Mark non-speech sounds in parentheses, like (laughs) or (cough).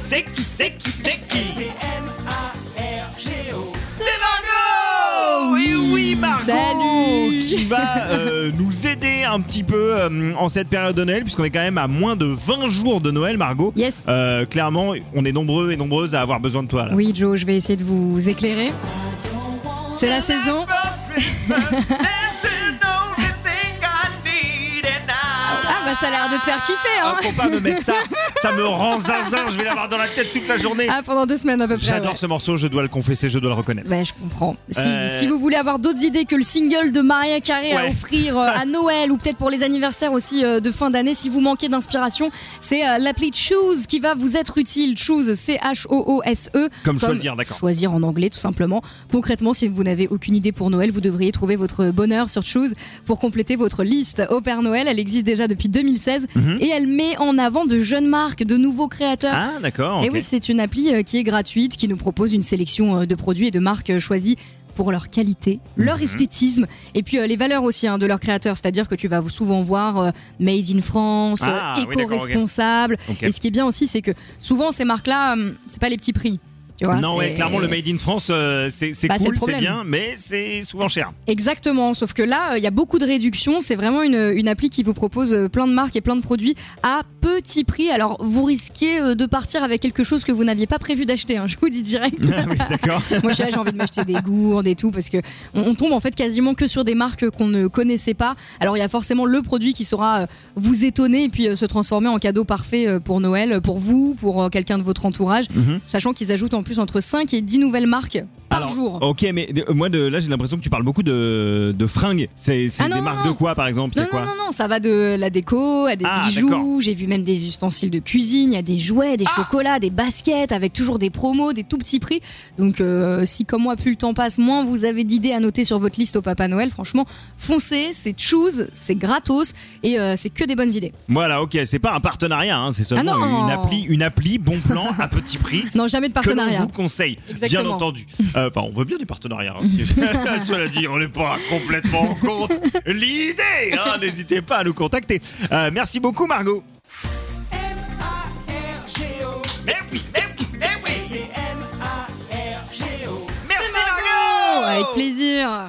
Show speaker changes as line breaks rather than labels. c'est, qui c'est, qui c'est, qui
C'est M-A-R-G-O.
C'est Margot Et oui, Margot
Salut
Qui va euh, nous aider un petit peu euh, en cette période de Noël, puisqu'on est quand même à moins de 20 jours de Noël, Margot.
Yes.
Euh, clairement, on est nombreux et nombreuses à avoir besoin de toi. Là.
Oui, Joe, je vais essayer de vous éclairer. C'est la saison. Ah, bah ça a l'air de te faire kiffer, hein
Ah, faut pas me mettre ça, ça me rend zinzin, je vais l'avoir dans la tête toute la journée.
Ah, pendant deux semaines à peu près.
J'adore
ouais.
ce morceau, je dois le confesser, je dois le reconnaître.
Bah, je comprends. Si,
Euh.
si vous voulez avoir d'autres idées que le single de Maria Carey à
Ouais.
offrir euh,
(laughs)
à Noël ou peut-être pour les anniversaires aussi euh, de fin d'année, si vous manquez d'inspiration, c'est euh, l'appli Choose qui va vous être utile. Choose, C-H-O-O-S-E.
Comme choisir, d'accord.
E. Choisir en anglais, tout simplement. Concrètement, si vous n'avez aucune idée pour Noël, vous devriez trouver votre bonheur sur Choose pour compléter votre liste au Père Noël. Elle existe déjà depuis 2016
Mhm.
et elle met en avant de jeunes marques, de nouveaux créateurs.
Ah, d'accord.
Et Eh
ok.
oui, c'est une appli euh, qui est gratuite, qui nous propose une sélection euh, de produits et de marques euh, choisis pour leur qualité,
Mhm.
leur esthétisme et puis euh, les valeurs aussi hein, de leurs créateurs. C'est-à-dire que tu vas souvent voir euh, Made in France, euh,
Ah, oui, d'accord, ok.
éco-responsable.
Ok.
Et ce qui est bien aussi, c'est que souvent ces marques-là, hum, c'est pas les petits prix. Tu vois,
non, ouais,
c'est-
clairement, le Made in France, euh, c'est c'est
Bah, c'est le
cool, c'est
problème.
bien, mais c'est souvent cher.
Exactement, sauf que là, euh, il y a beaucoup de réductions. C'est vraiment une, une appli qui vous propose euh, plein de marques et plein de produits à petit prix. Alors, vous risquez euh, de partir avec quelque chose que vous n'aviez pas prévu d'acheter. hein, je vous dis direct.
Ah oui, d'accord.
Moi, je suis là, j'ai envie de m'acheter des gourdes et tout parce que on, on tombe en fait quasiment que sur des marques qu'on ne connaissait pas. Alors, il y a forcément le produit qui saura euh, vous étonner et puis euh, se transformer en cadeau parfait euh, pour Noël, euh, pour vous, pour euh, quelqu'un de votre entourage.
Mhm.
Sachant qu'ils ajoutent en plus entre 5 et 10 nouvelles marques (laughs) par
Alors,
jour.
Ok, mais de- moi de, là j'ai l'impression que tu parles beaucoup de, de fringues. C'est c'est
Ah
des
non, non.
marques de quoi par exemple
Non,
C'est quoi
non, non, non, ça va de la déco à des
Ah, d'accord. Ah.
bijoux, j'ai vu même des ustensiles de cuisine, il y a des jouets, des chocolats, des baskets, avec toujours des promos, des tout petits prix. Donc euh, si comme moi, plus le temps passe, moins vous avez d'idées à noter sur votre liste au Papa Noël, franchement, foncez, c'est choose, c'est gratos et euh, c'est que des bonnes idées.
Voilà, ok, c'est pas un partenariat, hein, c'est seulement
Ah non.
une appli, une appli bon plan à petit
(laughs)
prix.
Non, jamais de
Que l'on
partenariat.
vous conseille, bien
Exactement. (laughs)
entendu. Euh, Enfin, on veut bien du partenariat. hein, si- (laughs) Cela dit, on n'est pas complètement
(laughs)
contre l'idée. hein, N'hésitez pas à nous contacter. Euh, merci beaucoup, Margot.
M-A-R-G-O. C'est M-A-R-G-O.
Merci, Margot.
Oh,
Oh.
Avec plaisir.